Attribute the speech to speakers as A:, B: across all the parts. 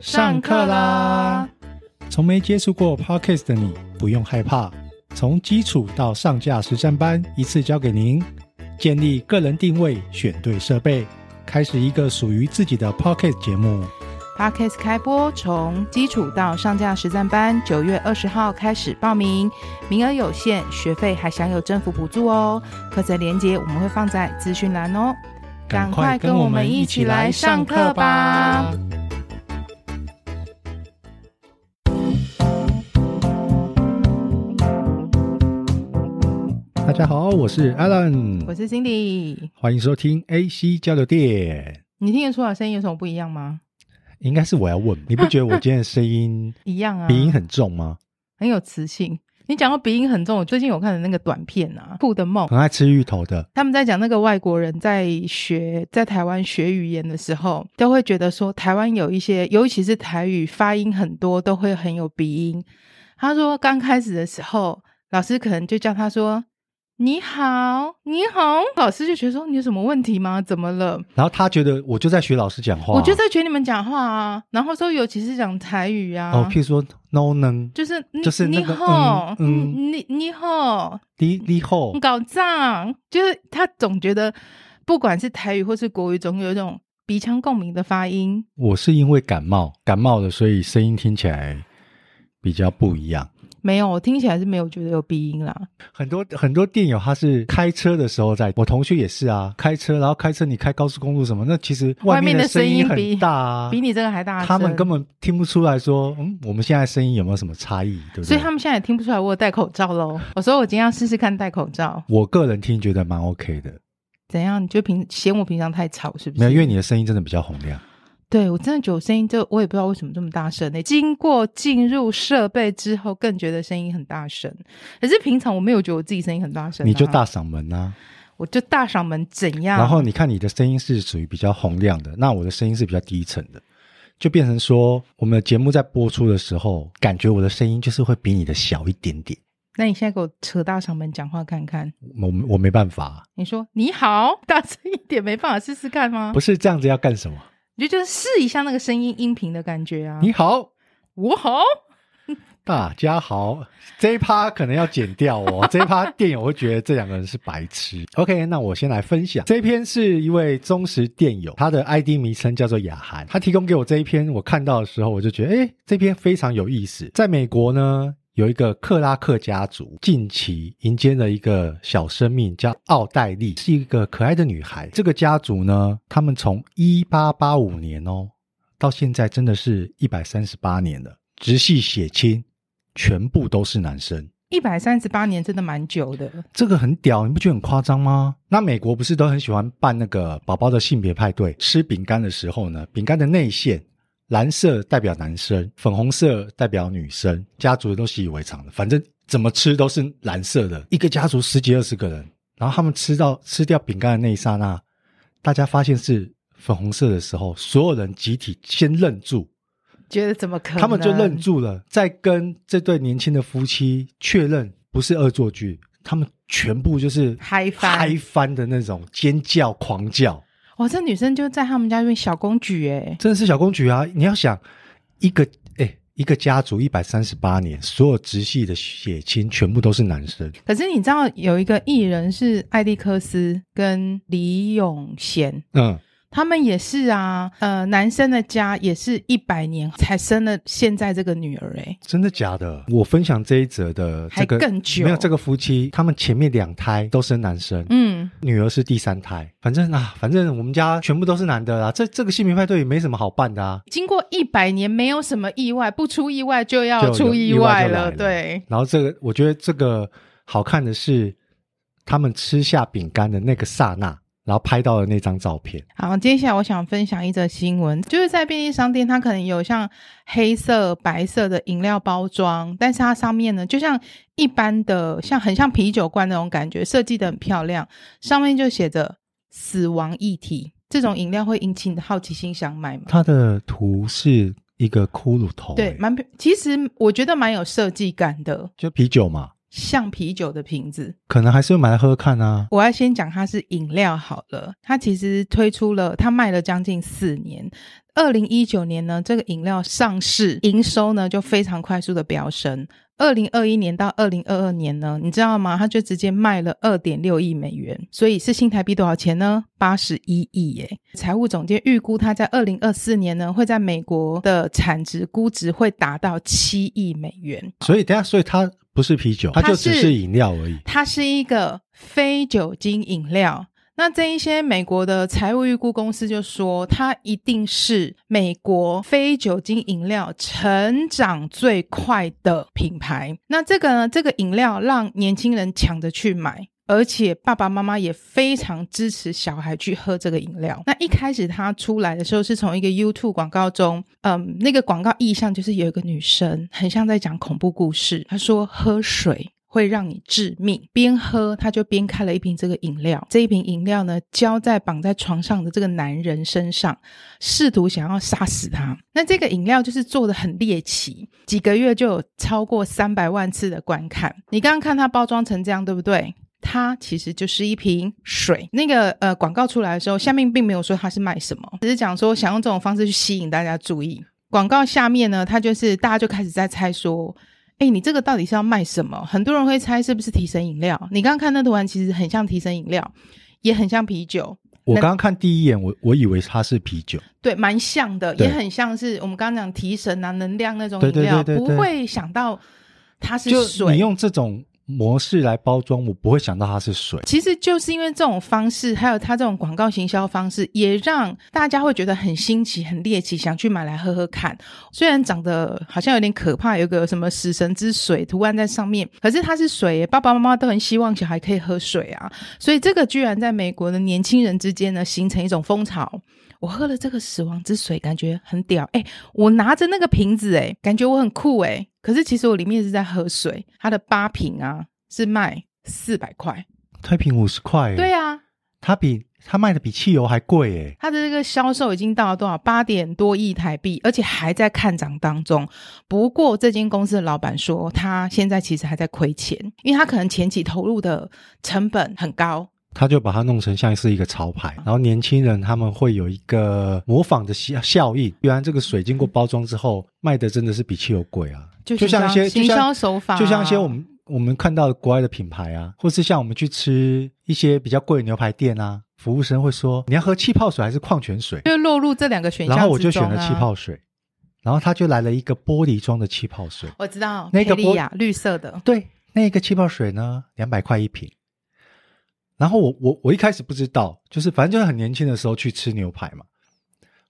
A: 上课啦！
B: 从没接触过 Podcast 的你，不用害怕，从基础到上架实战班，一次教给您，建立个人定位，选对设备，开始一个属于自己的 Podcast 节目。
A: Podcast 开播，从基础到上架实战班，九月二十号开始报名，名额有限，学费还享有政府补助哦。课程连接我们会放在资讯栏哦。赶快跟我们一起来上课吧！
B: 大家好，我是 Alan，
A: 我是 Cindy，
B: 欢迎收听 AC 交流店。
A: 你听得出来声音有什么不一样吗？
B: 应该是我要问，你不觉得我今天的声 音
A: 一样啊，
B: 鼻音很重吗？
A: 很有磁性。你讲到鼻音很重，我最近有看的那个短片啊，《酷的梦》，
B: 很爱吃芋头的，
A: 他们在讲那个外国人在学在台湾学语言的时候，都会觉得说台湾有一些，尤其是台语发音很多，都会很有鼻音。他说刚开始的时候，老师可能就叫他说“你好，你好”，老师就觉得说你有什么问题吗？怎么了？
B: 然后他觉得我就在学老师讲话，
A: 我就在学你们讲话啊，然后说尤其是讲台语啊，
B: 哦，譬如说 no 能
A: 就是你
B: 就是那
A: 你
B: 个
A: 好，
B: 嗯
A: 你你你好，
B: 你你后
A: 你搞脏，就是他总觉得不管是台语或是国语，总有一种鼻腔共鸣的发音。
B: 我是因为感冒，感冒了，所以声音听起来比较不一样。
A: 没有，我听起来是没有觉得有鼻音啦。
B: 很多很多店友他是开车的时候在，我同学也是啊，开车，然后开车你开高速公路什么，那其实
A: 外面
B: 面
A: 的
B: 声
A: 声音比
B: 很大啊，
A: 比你这个还大声
B: 他们根本听不出来说，嗯，我们现在声音有没有什么差异，对不对？
A: 所以他们现在也听不出来我有戴口罩喽。我说我今天要试试看戴口罩，
B: 我个人听觉得蛮 OK 的，
A: 怎样？你就平嫌我平常太吵是不是？
B: 没有，因为你的声音真的比较洪亮。
A: 对我真的觉得我声音就我也不知道为什么这么大声呢、经过进入设备之后，更觉得声音很大声。可是平常我没有觉得我自己声音很大声、
B: 你就大，嗓门啊，
A: 我就大嗓门怎样？
B: 然后你看你的声音是属于比较洪亮的，那我的声音是比较低沉的，就变成说我们的节目在播出的时候，感觉我的声音就是会比你的小一点点。
A: 那你现在给我扯大嗓门讲话看看，
B: 我我没办法，啊
A: 你说你好，大声一点，没办法试试看吗？
B: 不是这样子要干什么？啊
A: 你就就是试一下那个声音音频的感觉啊。
B: 你好，
A: 我好，
B: 大家好，这一趴可能要剪掉哦，这一趴店友会觉得这两个人是白痴。OK，那我先来分享这一篇是一位忠实店友，他的 ID 名称叫做雅涵，他提供给我这一篇，我看到的时候我就觉得，诶，这篇非常有意思。在美国呢。有一个克拉克家族近期迎接了一个小生命，叫奥黛丽，是一个可爱的女孩。这个家族呢，他们从一八八五年哦，到现在真的是一百三十八年了，直系血亲全部都是男生，
A: 一百三十八年真的蛮久的，
B: 这个很屌，你不觉得很夸张吗？那美国不是都很喜欢办那个宝宝的性别派对？吃饼干的时候呢，饼干的内馅蓝色代表男生，粉红色代表女生，家族人都习以为常了，反正怎么吃都是蓝色的。一个家族十几二十个人，然后他们吃到吃掉饼干的那一刹那，大家发现是粉红色的时候，所有人集体先愣住，
A: 觉得怎么可能？
B: 他们就愣，住了，在跟这对年轻的夫妻确认不是恶作剧，他们全部就是
A: 嗨翻
B: 嗨翻的那种尖叫狂叫，
A: 哇，这女生就在他们家用小公举哎、
B: 真的是小公举啊！你要想一个哎，一个家族一百三十八年，所有直系的血亲全部都是男生，
A: 可是你知道有一个艺人是艾利克斯跟李永贤，
B: 嗯，
A: 他们也是啊，呃，男生的家也是一百年才生了现在这个女儿哎、
B: 真的假的？我分享这一则的这个
A: 还更久
B: 没有这个夫妻，他们前面两胎都生男生，
A: 嗯，
B: 女儿是第三胎，反正啊，反正我们家全部都是男的啦，这这个姓名派对也没什么好办的啊。
A: 经过一百年没有什么意外，不出意外就要
B: 就
A: 出
B: 有
A: 意
B: 意外
A: 外
B: 就
A: 了。
B: 来了
A: 对，
B: 然后这个，我觉得这个好看的是他们吃下饼干的那个刹那，然后拍到的那张照片。
A: 好，接下来我想分享一则新闻，就是在便利商店，它可能有像黑色、白色的饮料包装，但是它上面呢，就像一般的，像很像啤酒罐那种感觉，设计的很漂亮，上面就写着“死亡液体”。这种饮料会引起你的好奇心，想买吗？
B: 它的图是一个骷髅头、
A: 对，
B: 欸
A: 蛮，其实我觉得蛮有设计感的。
B: 就啤酒嘛，
A: 像啤酒的瓶子。
B: 可能还是会买来喝喝看啊。
A: 我要先讲它是饮料好了，它其实推出了，它卖了将近四年。二零一九年呢，这个饮料上市，营收呢就非常快速的飙升。二零二一年到二零二二年呢，你知道吗？它就直接卖了二点六亿美元，所以是新台币多少钱呢？八十一亿耶！财务总监预估它在二零二四年呢，会在美国的产值估值会达到七亿美元。
B: 所以等一下，所以它不是啤酒，它
A: 它
B: 就只
A: 是
B: 是饮料而已。
A: 它是一个非酒精饮料。那这一些美国的财务预估公司就说，它一定是美国非酒精饮料成长最快的品牌。那这个呢，这个饮料让年轻人抢着去买。而且爸爸妈妈也非常支持小孩去喝这个饮料。那一开始它出来的时候是从一个 YouTube 广告中，嗯，那个广告意象就是有一个女生很像在讲恐怖故事，她说喝水。会让你致命。边喝，她就边开了一瓶这个饮料。这一瓶饮料呢，浇在绑在床上的这个男人身上，试图想要杀死他。那这个饮料就是做的很猎奇，几个月就有超过三百万次的观看。你刚刚看它包装成这样，对不对？它其实就是一瓶水。那个呃，广告出来的时候，下面并没有说它是卖什么，只是讲说想用这种方式去吸引大家注意。广告下面呢，它就是大家就开始在猜说，哎，你这个到底是要卖什么？很多人会猜是不是提神饮料。你刚刚看那图案，其实很像提神饮料，也很像啤酒，
B: 我刚刚看第一眼，我我以为它是啤酒，
A: 对，蛮像的，
B: 对
A: 也很像是我们刚刚讲提神啊、能量那种
B: 对
A: 饮
B: 对
A: 料，
B: 对对对
A: 不会想到它是
B: 就
A: 水
B: 你。用这种模式来包装，我不会想到它是水。
A: 其实就是因为这种方式，还有它这种广告行销方式，也让大家会觉得很新奇、很猎奇，想去买来喝喝看。虽然长得好像有点可怕，有个什么死神之水图案在上面，可是它是水耶，爸爸妈妈都很希望小孩可以喝水啊。所以这个居然在美国的年轻人之间呢，形成一种风潮。我喝了这个死亡之水，感觉很屌哎、我拿着那个瓶子哎、感觉我很酷哎、可是其实我里面是在喝水，它的八瓶啊是卖四百块。
B: 推瓶五十块，
A: 对，啊，
B: 它比它卖的比汽油还贵耶。
A: 它的这个销售已经到了多少？八点多亿台币，而且还在看涨当中。不过，这间公司的老板说，他现在其实还在亏钱，因为他可能前期投入的成本很高。
B: 他就把它弄成像是一个潮牌，
A: 嗯
B: 然后年轻人他们会有一个模仿的效效应。原来这个水经过包装之后，卖的真的是比汽油贵啊！
A: 就
B: 就像一些
A: 行销
B: 就像
A: 行销手法啊
B: 就像一些我们我们看到的国外的品牌啊，或是像我们去吃一些比较贵的牛排店啊，服务生会说你要喝气泡水还是矿泉水，
A: 就落入这两个选项、
B: 然
A: 之
B: 后我就选了
A: 中啊
B: 气。泡水，然后他就来了一个玻璃装的气泡水，
A: 我知道，
B: 那个
A: 佩
B: 波
A: 利亚绿色的，
B: 对，那个气泡水呢，两百块一瓶。然后我我我一开始不知道，就是反正就是很年轻的时候去吃牛排嘛，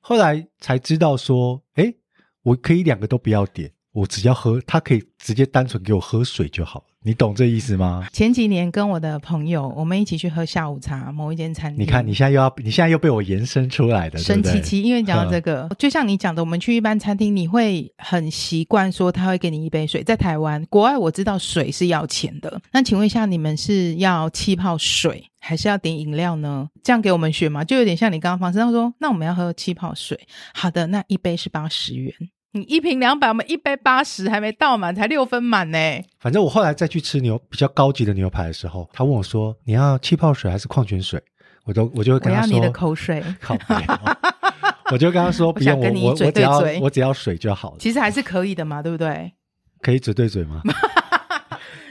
B: 后来才知道说，诶，我可以两个都不要点，我只要喝，他可以直接单纯给我喝水就好了，你懂这意思吗？
A: 前几年跟我的朋友，我们一起去喝下午茶，某一间餐厅。
B: 你看你现在又要，你现在又被我延伸出来的，对
A: 生
B: 不对嗯
A: 气气，因为讲到这个，就像你讲的，我们去一般餐厅，你会很习惯说他会给你一杯水。在台湾、国外，我知道水是要钱的。那请问一下，你们是要气泡水，还是要点饮料呢？这样给我们选嘛，就有点像你刚刚方式。他说：“那我们要喝气泡水，好的，那一杯是八十元。”你一瓶两百，我们一杯八十，还没到满，才六分满呢、
B: 反正我后来再去吃牛比较高级的牛排的时候，他问我说你要气泡水还是矿泉水，我都我就会
A: 我
B: 跟他
A: 要
B: 说
A: 你的口水，
B: 靠北哦 我就跟他说
A: 我
B: 不用，
A: 想
B: 我
A: 跟你
B: 我
A: 嘴
B: 我只
A: 对
B: 要
A: 嘴
B: 我只要水就好了，
A: 其实还是可以的嘛，对不对？
B: 可以嘴对嘴 吗？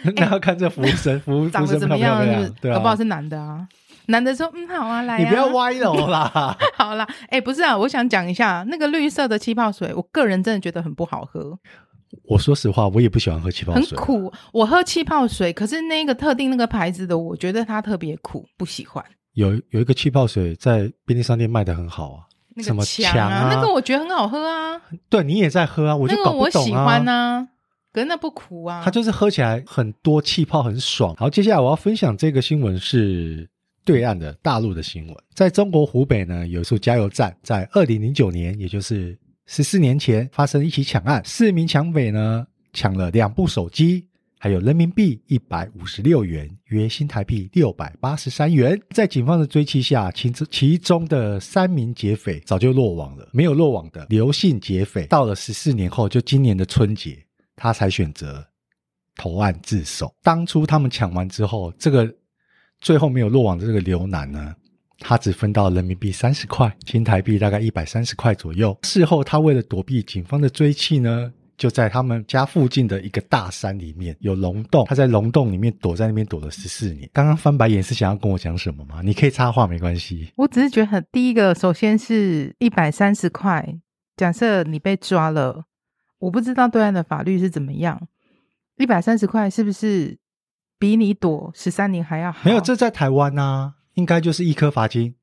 B: 那要看这服务生，服务服
A: 长
B: 务
A: 得
B: 生
A: 怎
B: 漂
A: 么
B: 不漂
A: 样？是不
B: 亮
A: 是，
B: 对
A: 搞不好
B: 啊，
A: 是男的啊。男的说：“嗯，好啊，来、啊。”
B: 你不要歪楼 啦。
A: 好啦，哎、不是啊，我想讲一下那个绿色的气泡水，我个人真的觉得很不好喝，
B: 我说实话，我也不喜欢喝气泡
A: 很
B: 水，啊
A: 苦。我喝气泡水，可是那个特定那个牌子的，我觉得它特别苦，不喜欢。
B: 有有一个气泡水在便利商店卖的很好啊，
A: 那
B: 什
A: 个
B: 么
A: 强
B: 强啊
A: 那个我觉得很好喝啊，
B: 对你也在喝 啊，我就
A: 那个
B: 搞不
A: 我
B: 懂
A: 喜欢啊，可是那不苦啊。
B: 它就是喝起来很多气泡，很爽。好，接下来我要分享这个新闻是对岸的大陆的新闻，在中国湖北呢有一处加油站，在二零零九年，也就是十四年前发生一起抢案，四名抢匪呢抢了两部手机。还有人民币一百五十六元，约新台币六百八十三元。在警方的追击下，其中其中的三名劫匪早就落网了。没有落网的刘姓劫匪，到了十四年后，就今年的春节，他才选择投案自首。当初他们抢完之后，这个最后没有落网的这个刘楠呢，他只分到人民币三十块，新台币大概一百三十块左右。事后，他为了躲避警方的追缉呢，就在他们家附近的一个大山里面有龙洞，他在龙洞里面躲在那边躲了十四年。刚刚翻白眼是想要跟我讲什么吗？你可以插话，没关系。
A: 我只是觉得很，第一个，首先是一百三十块，假设你被抓了，我不知道对岸的法律是怎么样，一百三十块是不是比你躲十三年还要好？
B: 没有，这在台湾啊，应该就是一颗罚金，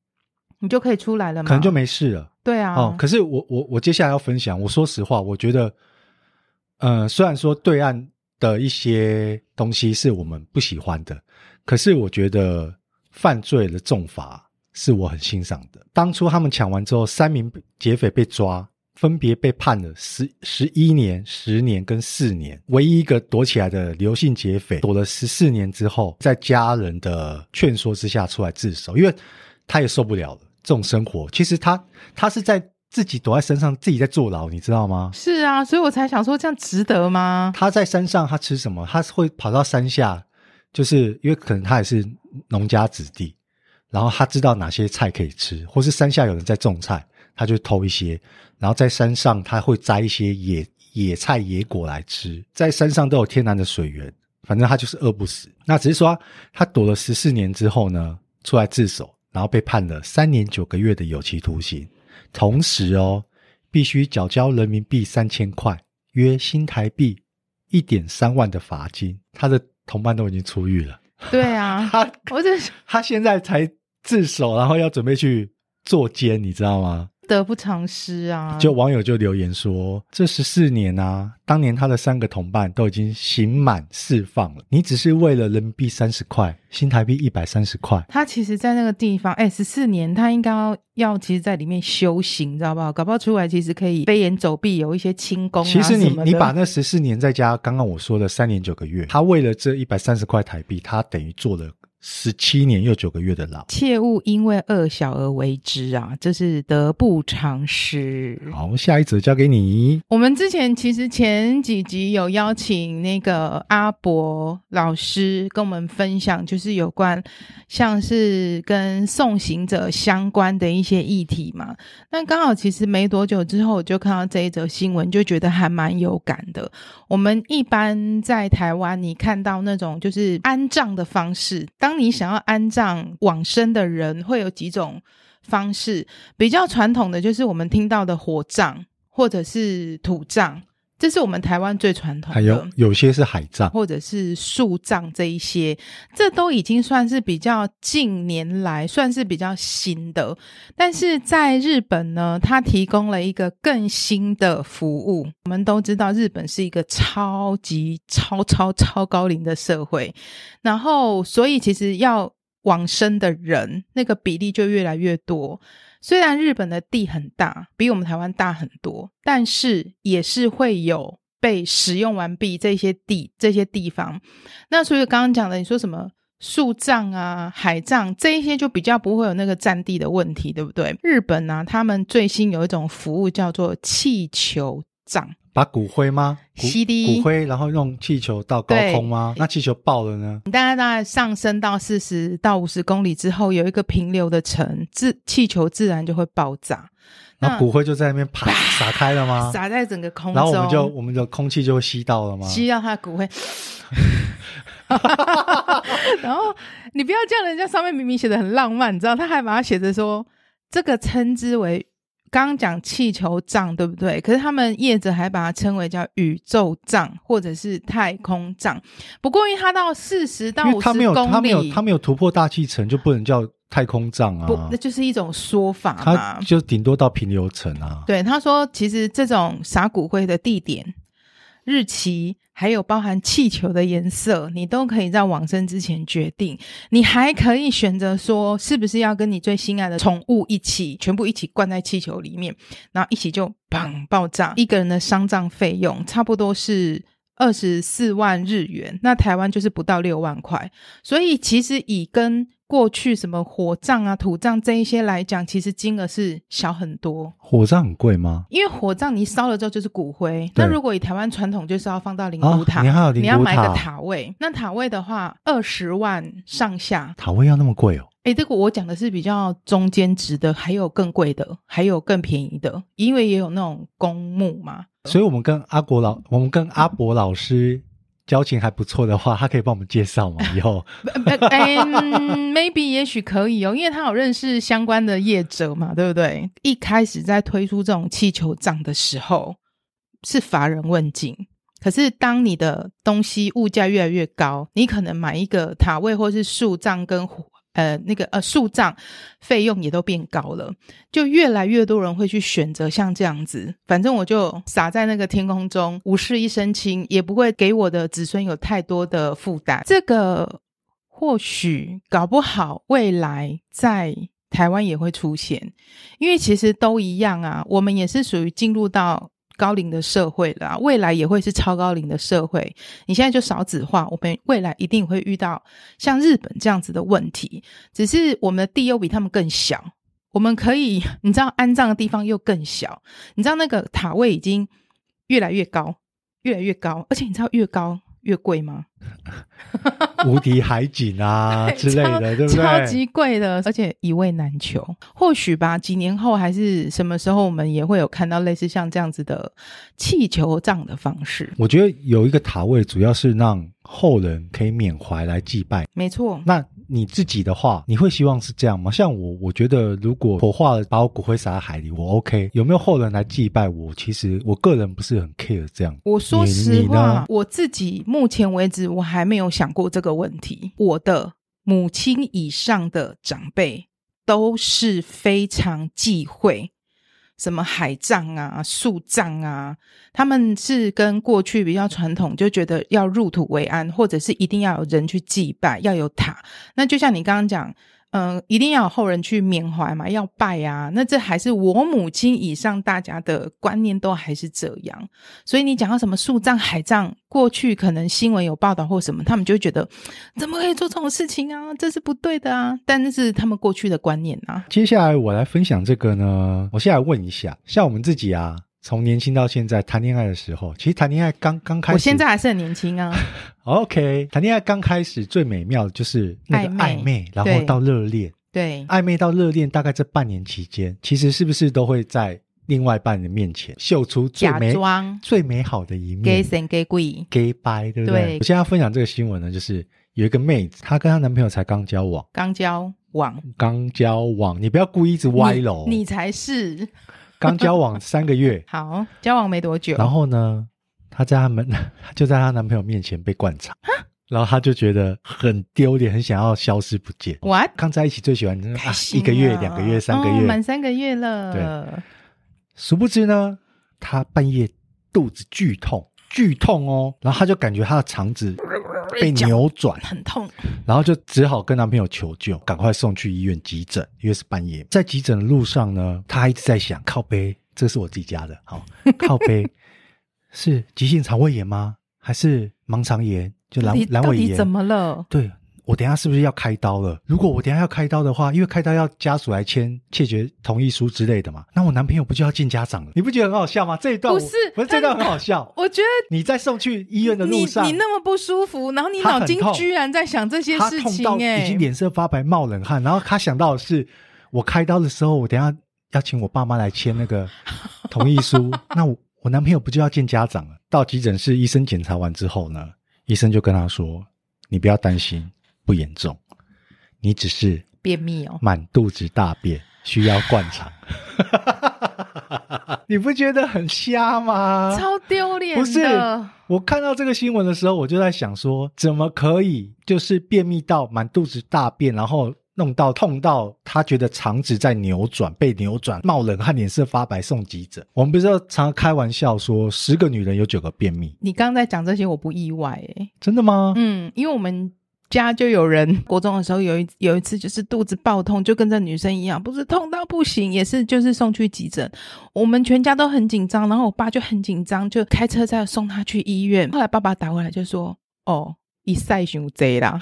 A: 你就可以出来了吗？
B: 可能就没事了。
A: 对啊。
B: 哦，可是我我我接下来要分享，我说实话，我觉得，呃，虽然说对岸的一些东西是我们不喜欢的，可是我觉得犯罪的重罚是我很欣赏的。当初他们抢完之后，三名劫匪被抓，分别被判了十十一年、十年跟四年。唯一一个躲起来的刘姓劫匪，躲了十四年之后，在家人的劝说之下出来自首，因为他也受不了了这种生活。其实他他是在自己躲在身上，自己在坐牢，你知道吗？
A: 是啊，所以我才想说，这样值得吗？
B: 他在山上，他吃什么？他会跑到山下，就是因为可能他也是农家子弟，然后他知道哪些菜可以吃，或是山下有人在种菜，他就偷一些，然后在山上他会摘一些野野菜、野果来吃，在山上都有天然的水源，反正他就是饿不死。那只是说他躲了十四年之后呢，出来自首，然后被判了三年九个月的有期徒刑，同时哦，必须缴交人民币三千块，约新台币一点三万的罚金。他的同伴都已经出狱了，
A: 对 啊，
B: 他
A: 我只是
B: 他现在才自首，然后要准备去坐监，你知道吗？
A: 得不偿失 啊。
B: 就网友就留言说，这十四年啊，当年他的三个同伴都已经刑满释放了，你只是为了人民币三十块，新台币一百三十块，
A: 他其实，在那个地方，哎、1十四年，他应该要要，其实在里面修行，你知道不好？搞不好出来其实可以飞檐走壁，有一些轻功、啊。
B: 其实
A: 什
B: 你
A: 么的
B: 你把那十四年再加刚刚我说的三年九个月，他为了这一百三十块台币，他等于坐了十七年又九个月的牢。
A: 切勿因为恶小而为之啊，这是得不偿失。
B: 好，下一则交给你。
A: 我们之前其实前几集有邀请那个阿伯老师跟我们分享，就是有关像是跟送行者相关的一些议题嘛。那刚好其实没多久之后，我就看到这一则新闻，就觉得还蛮有感的。我们一般在台湾，你看到那种就是安葬的方式，当你想要安葬往生的人，会有几种方式。比较传统的就是我们听到的火葬或者是土葬，这是我们台湾最传统的。
B: 还有有些是海葬，
A: 或者是树葬这一些，这都已经算是比较近年来算是比较新的。但是在日本呢，它提供了一个更新的服务。我们都知道，日本是一个超级超超超高龄的社会，然后所以其实要往生的人那个比例就越来越多。虽然日本的地很大，比我们台湾大很多，但是也是会有被使用完毕这些地这些地方。那所以刚刚讲的，你说什么树葬啊、海葬这一些，就比较不会有那个占地的问题，对不对？日本呢、他们最新有一种服务叫做气球葬，
B: 把骨灰吗？骨
A: 吸滴
B: 骨灰，然后用气球到高
A: 对
B: 空吗？那气球爆了呢？
A: 大概大概上升到四十到五十公里之后，有一个平流的层，自气球自然就会爆炸，
B: 然后骨灰就在那边啪撒开了吗？
A: 洒在整个空中，
B: 啊然后我们就我们的空气就会吸到了吗？
A: 吸到他的骨灰。 然后你不要叫人家上面明明写的很浪漫，你知道，他还把它写着说这个称之为刚刚讲气球葬，对不对？可是他们业者还把它称为叫宇宙葬或者是太空葬。不过因为它到四十到
B: 因
A: 五
B: 为
A: 十
B: 它没有它
A: 公
B: 没有
A: 里，
B: 它没有突破大气层，就不能叫太空葬
A: 不，
B: 啊
A: 那，啊就是一种说法嘛
B: 它。就顶多到平流层啊。
A: 对，他说，其实这种撒骨灰的地点、日期，还有包含气球的颜色，你都可以在往生之前决定。你还可以选择说，是不是要跟你最心爱的宠物一起，全部一起灌在气球里面，然后一起就砰爆炸。一个人的丧葬费用差不多是。二十四万日元，那台湾就是不到六万块，所以其实以跟过去什么火葬啊、土葬这一些来讲，其实金额是小很多。
B: 火葬很贵吗？
A: 因为火葬你烧了之后就是骨灰，
B: 对
A: 那如果以台湾传统就是要放到灵
B: 啊
A: 骨塔，
B: 你还有灵
A: 你要
B: 骨
A: 买个
B: 塔
A: 塔位。那塔位的话，二十万上下。
B: 塔位要那么贵哦？
A: 哎，这个我讲的是比较中间值的，还有更贵的，还有更便宜的，因为也有那种公墓嘛。
B: 所以我们跟阿国老，我们跟阿伯老师交情还不错的话，他可以帮我们介绍吗？以后
A: 呃呃嗯，maybe 也许可以哦，因为他有认识相关的业者嘛，对不对？一开始在推出这种气球账的时候，是乏人问津。可是当你的东西物价越来越高，你可能买一个塔位或是树葬跟火呃那个呃树葬费用也都变高了，就越来越多人会去选择像这样子，反正我就撒在那个天空中，无事一身轻，也不会给我的子孙有太多的负担。这个或许搞不好未来在台湾也会出现，因为其实都一样啊，我们也是属于进入到。高龄的社会了啊、未来也会是超高龄的社会。你现在就少子化，我们未来一定会遇到像日本这样子的问题。只是我们的地又比他们更小，我们可以，你知道安葬的地方又更小，你知道那个塔位已经越来越高，越来越高，而且你知道越高越贵吗？
B: 无敌海景 啊之类的，对不
A: 超
B: 对？
A: 级贵的，而且一位难求。或许吧，几年后还是什么时候，我们也会有看到类似像这样子的气球葬的方式。
B: 我觉得有一个塔位，主要是让后人可以缅怀来祭拜。
A: 没错，
B: 那你自己的话，你会希望是这样吗？像我，我觉得如果火化了，把我骨灰撒在海里，我 OK。有没有后人来祭拜我？其实我个人不是很 care 这样。
A: 我说
B: 你
A: 实
B: 你
A: 话
B: 呢，
A: 我自己目前为止我还没有想过这个问题。我的母亲以上的长辈都是非常忌讳什么海葬啊、树葬啊，他们是跟过去比较传统，就觉得要入土为安，或者是一定要有人去祭拜，要有塔。那就像你刚刚讲。嗯，一定要有后人去缅怀嘛，要拜啊。那这还是我母亲以上大家的观念都还是这样。所以你讲到什么树葬、海葬，过去可能新闻有报道或什么，他们就会觉得怎么可以做这种事情啊？这是不对的啊！但那是他们过去的观念啊。
B: 接下来我来分享这个呢，我先来问一下，像我们自己啊，从年轻到现在谈恋爱的时候，其实谈恋爱刚刚开始，
A: 我现在还是很年轻啊，
B: OK，谈恋爱刚开始最美妙的就是那个
A: 暧昧
B: 暧昧，然后
A: 对
B: 到热恋，
A: 对，
B: 暧昧到热恋大概这半年期间，其实是不是都会在另外一半的面前秀出最
A: 假
B: 美嗯
A: 装
B: 最美好的一
A: 给
B: 面？
A: 神给鬼，
B: gay 掰，对不对？
A: 对
B: 我现在要分享这个新闻呢，就是有一个妹子，她跟她男朋友才刚交往，
A: 刚交往
B: 刚交往，你不要故意一直歪楼，哦
A: 你，你才是，
B: 刚交往三个月
A: 好交往没多久，
B: 然后呢，她在他们 就在她男朋友面前被灌肠，然后她就觉得很丢脸，很想要消失不见。
A: what？
B: 刚在一起最喜欢就是
A: 开
B: 啊，
A: 心
B: 一
A: 啊
B: 个月、两个月、三个
A: 哦
B: 月，
A: 满三个月了，
B: 殊不知呢，她半夜肚子剧痛，剧痛哦，然后她就感觉她的肠子被
A: 绞
B: 扭转，
A: 很痛，
B: 然后就只好跟男朋友求救，赶快送去医院急诊，因为是半夜。在急诊的路上呢，她一直在想，靠背，这是我自己家的，好、靠 背是急性肠胃炎吗？还是盲肠炎？就
A: 到
B: 阑
A: 底
B: 阑
A: 到
B: 尾
A: 底
B: 炎？
A: 怎么了？
B: 对我等一下是不是要开刀了？如果我等一下要开刀的话，因为开刀要家属来签切结同意书之类的嘛，那我男朋友不就要见家长了？你不觉得很好笑吗？这一段我
A: 不是
B: 不是这段很好笑。
A: 我觉得
B: 你在送去医院的
A: 你
B: 路上，
A: 你那么不舒服，然后你
B: 他很
A: 脑筋
B: 痛
A: 居然在想这些
B: 他
A: 事
B: 痛
A: 情、
B: 到
A: 哎，
B: 已经脸色发白、冒冷汗，然后他想到的是，我开刀的时候，我等一下要请我爸妈来签那个同意书，那我我男朋友不就要见家长了？到急诊室，医生检查完之后呢，医生就跟他说：“你不要担心，不严重，你只是
A: 便秘哦。
B: 满肚子大便，需要灌肠。” 你不觉得很瞎吗？
A: 超丢脸的，
B: 不是，我看到这个新闻的时候，我就在想说，怎么可以就是便秘到满肚子大便，然后弄到痛到他觉得肠子在扭转，被扭转，冒冷汗，脸色发白，送急诊。我们不是常常开玩笑说，十个女人有九个便秘，
A: 你刚刚在讲这些，我不意外哎、
B: 真的吗？
A: 嗯，因为我们家就有人 国中的时候有一有一次就是肚子爆痛，就跟这女生一样，不是痛到不行，也是就是送去急诊。我们全家都很紧张，然后我爸就很紧张，就开车再送她去医院。后来爸爸打回来就说：“哦，一晒伤贼啦，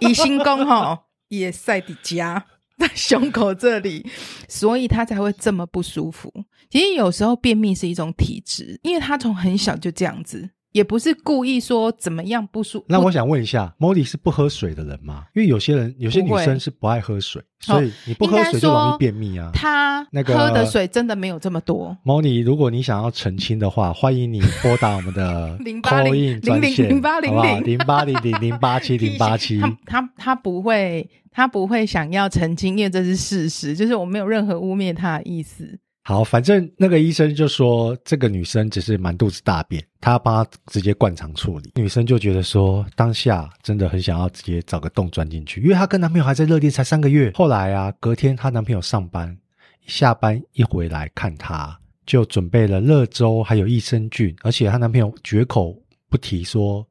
A: 疑心公吼，也塞底加。在胸口这里，所以他才会这么不舒服。其实有时候便秘是一种体质，因为他从很小就这样子，也不是故意说怎么样不舒服。
B: 那我想问一下，Molly 是不喝水的人吗？因为有些人，有些女
A: 不会哦
B: 生是不爱喝水，所以你不
A: 应
B: 喝
A: 该
B: 水就容
A: 说
B: 易便秘啊。
A: 他
B: 那个
A: 喝的水真的没有这么多。
B: Molly，如果你想要澄清的话，欢迎你拨打我们 的
A: 08
B: call in 专线
A: 0800
B: 零八零零零八 七零八七。
A: 他他他不会，他不会想要澄清，因为这是事实，就是我没有任何污蔑他的意思。
B: 好，反正那个医生就说这个女生只是满肚子大便，他帮她直接灌肠处理。女生就觉得说当下真的很想要直接找个洞钻进去，因为她跟男朋友还在热恋才三个月。后来啊，隔天她男朋友上班，下班一回来看她，就准备了热粥还有益生菌，而且她男朋友绝口不提说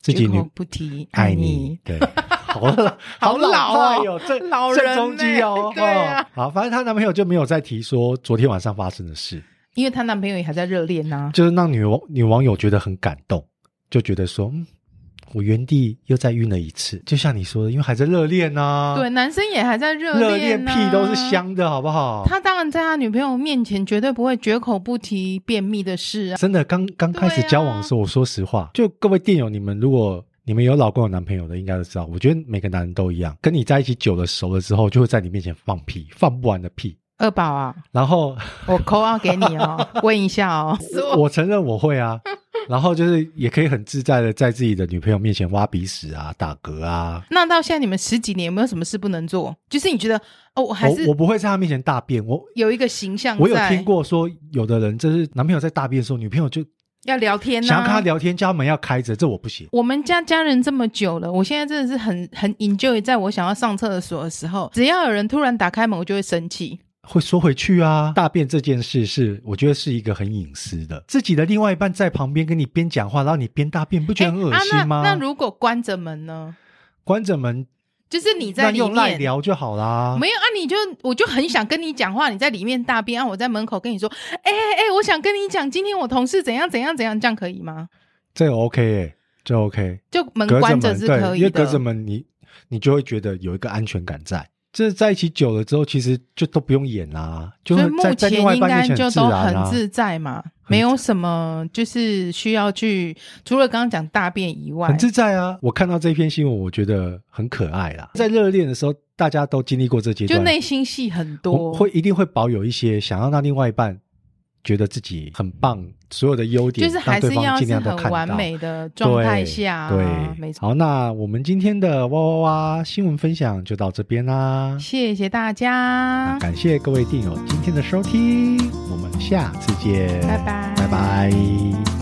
B: 自己
A: 绝
B: 女
A: 口不提
B: 爱
A: 爱
B: 你
A: 你，
B: 对。 好老
A: 好老
B: 派
A: 哦
B: 哟、这
A: 老人
B: 郑中基哦，
A: 呢对啊
B: 哦好，反正她男朋友就没有再提说昨天晚上发生的事，
A: 因为她男朋友也还在热恋呐、
B: 就是让女网女网友觉得很感动，就觉得说，嗯，我原地又再晕了一次，就像你说的，因为还在热恋呐、
A: 对，，男生也还在热
B: 啊热
A: 恋、啊
B: 恋屁都是。香的，好不好？
A: 他当然在他女朋友面前绝对不会绝口不提便秘的事啊。
B: 真的刚刚开始
A: 对啊
B: 交往的时候，我说实话，就各位电友，你们如果你们有老公有男朋友的，应该都知道，我觉得每个男人都一样，跟你在一起久了熟了之后，就会在你面前放屁，放不完的屁，
A: 二宝啊，
B: 然后。
A: 我扣二给你 哦，问一下哦。
B: 我承认我会 啊，然后就是也可以很自在的在自己的女朋友面前挖鼻屎啊、打嗝啊。
A: 那到现在你们十几年有没有什么事不能做？就是你觉得哦，我还
B: 我
A: 是
B: 我不会在她面前大便，我
A: 有一个形象在，
B: 我有听过说，有的人就是男朋友在大便的时候，女朋友就
A: 要聊天、啊，
B: 想要跟他聊天，家门要开着，这我不行。
A: 我们家家人这么久了，我现在真的是很很 enjoy，在我想要上厕所的时候，只要有人突然打开门，我就会生气。
B: 会缩回去啊。大便这件事是，我觉得是一个很隐私的，自己的另外一半在旁边跟你边讲话，然后你边大便，不觉得很恶
A: 啊
B: 心吗？
A: 那那如果关着门呢？
B: 关着门，
A: 就是你在
B: 那
A: 里
B: 用赖
A: 面。
B: 聊就好啦。
A: 没有啊，你就我就很想跟你讲话，你在里面大便啊，我在门口跟你说，哎哎哎，我想跟你讲，今天我同事怎样怎样怎样，这样可以吗？
B: 这个 OK 诶、这 OK。
A: 就门
B: 隔着
A: 关着
B: 门
A: 是
B: 对，
A: 可以
B: 因为
A: 的。
B: 隔着门你你就会觉得有一个安全感在。这在一起久了之后，其实就都不用演啦、就
A: 所以
B: 会
A: 目
B: 在在
A: 前
B: 另外一
A: 应
B: 半面
A: 该
B: 前
A: 就
B: 自
A: 都
B: 然
A: 很
B: 啊。
A: 自在嘛，没有什么就是需要去，除了刚刚讲大便以外
B: 很，自在啊！我看到这篇新闻，我觉得很可爱啦。在热恋的时候，大家都经历过这阶段，
A: 就内心戏很
B: 我
A: 多。
B: 会一定会保有一些想要让另外一半觉得自己很棒，所有的优点，
A: 就是还
B: 让
A: 是
B: 对方
A: 要
B: 尽
A: 是
B: 量都
A: 很
B: 看
A: 完
B: 到。
A: 美的状态下啊、
B: 对，
A: 没错。
B: 好，那我们今天的哇哇哇新闻分享就到这边啦。
A: 谢谢大
B: 那
A: 家，
B: 感谢各位电友今天的收听，我们下次见，
A: 拜拜，
B: 拜拜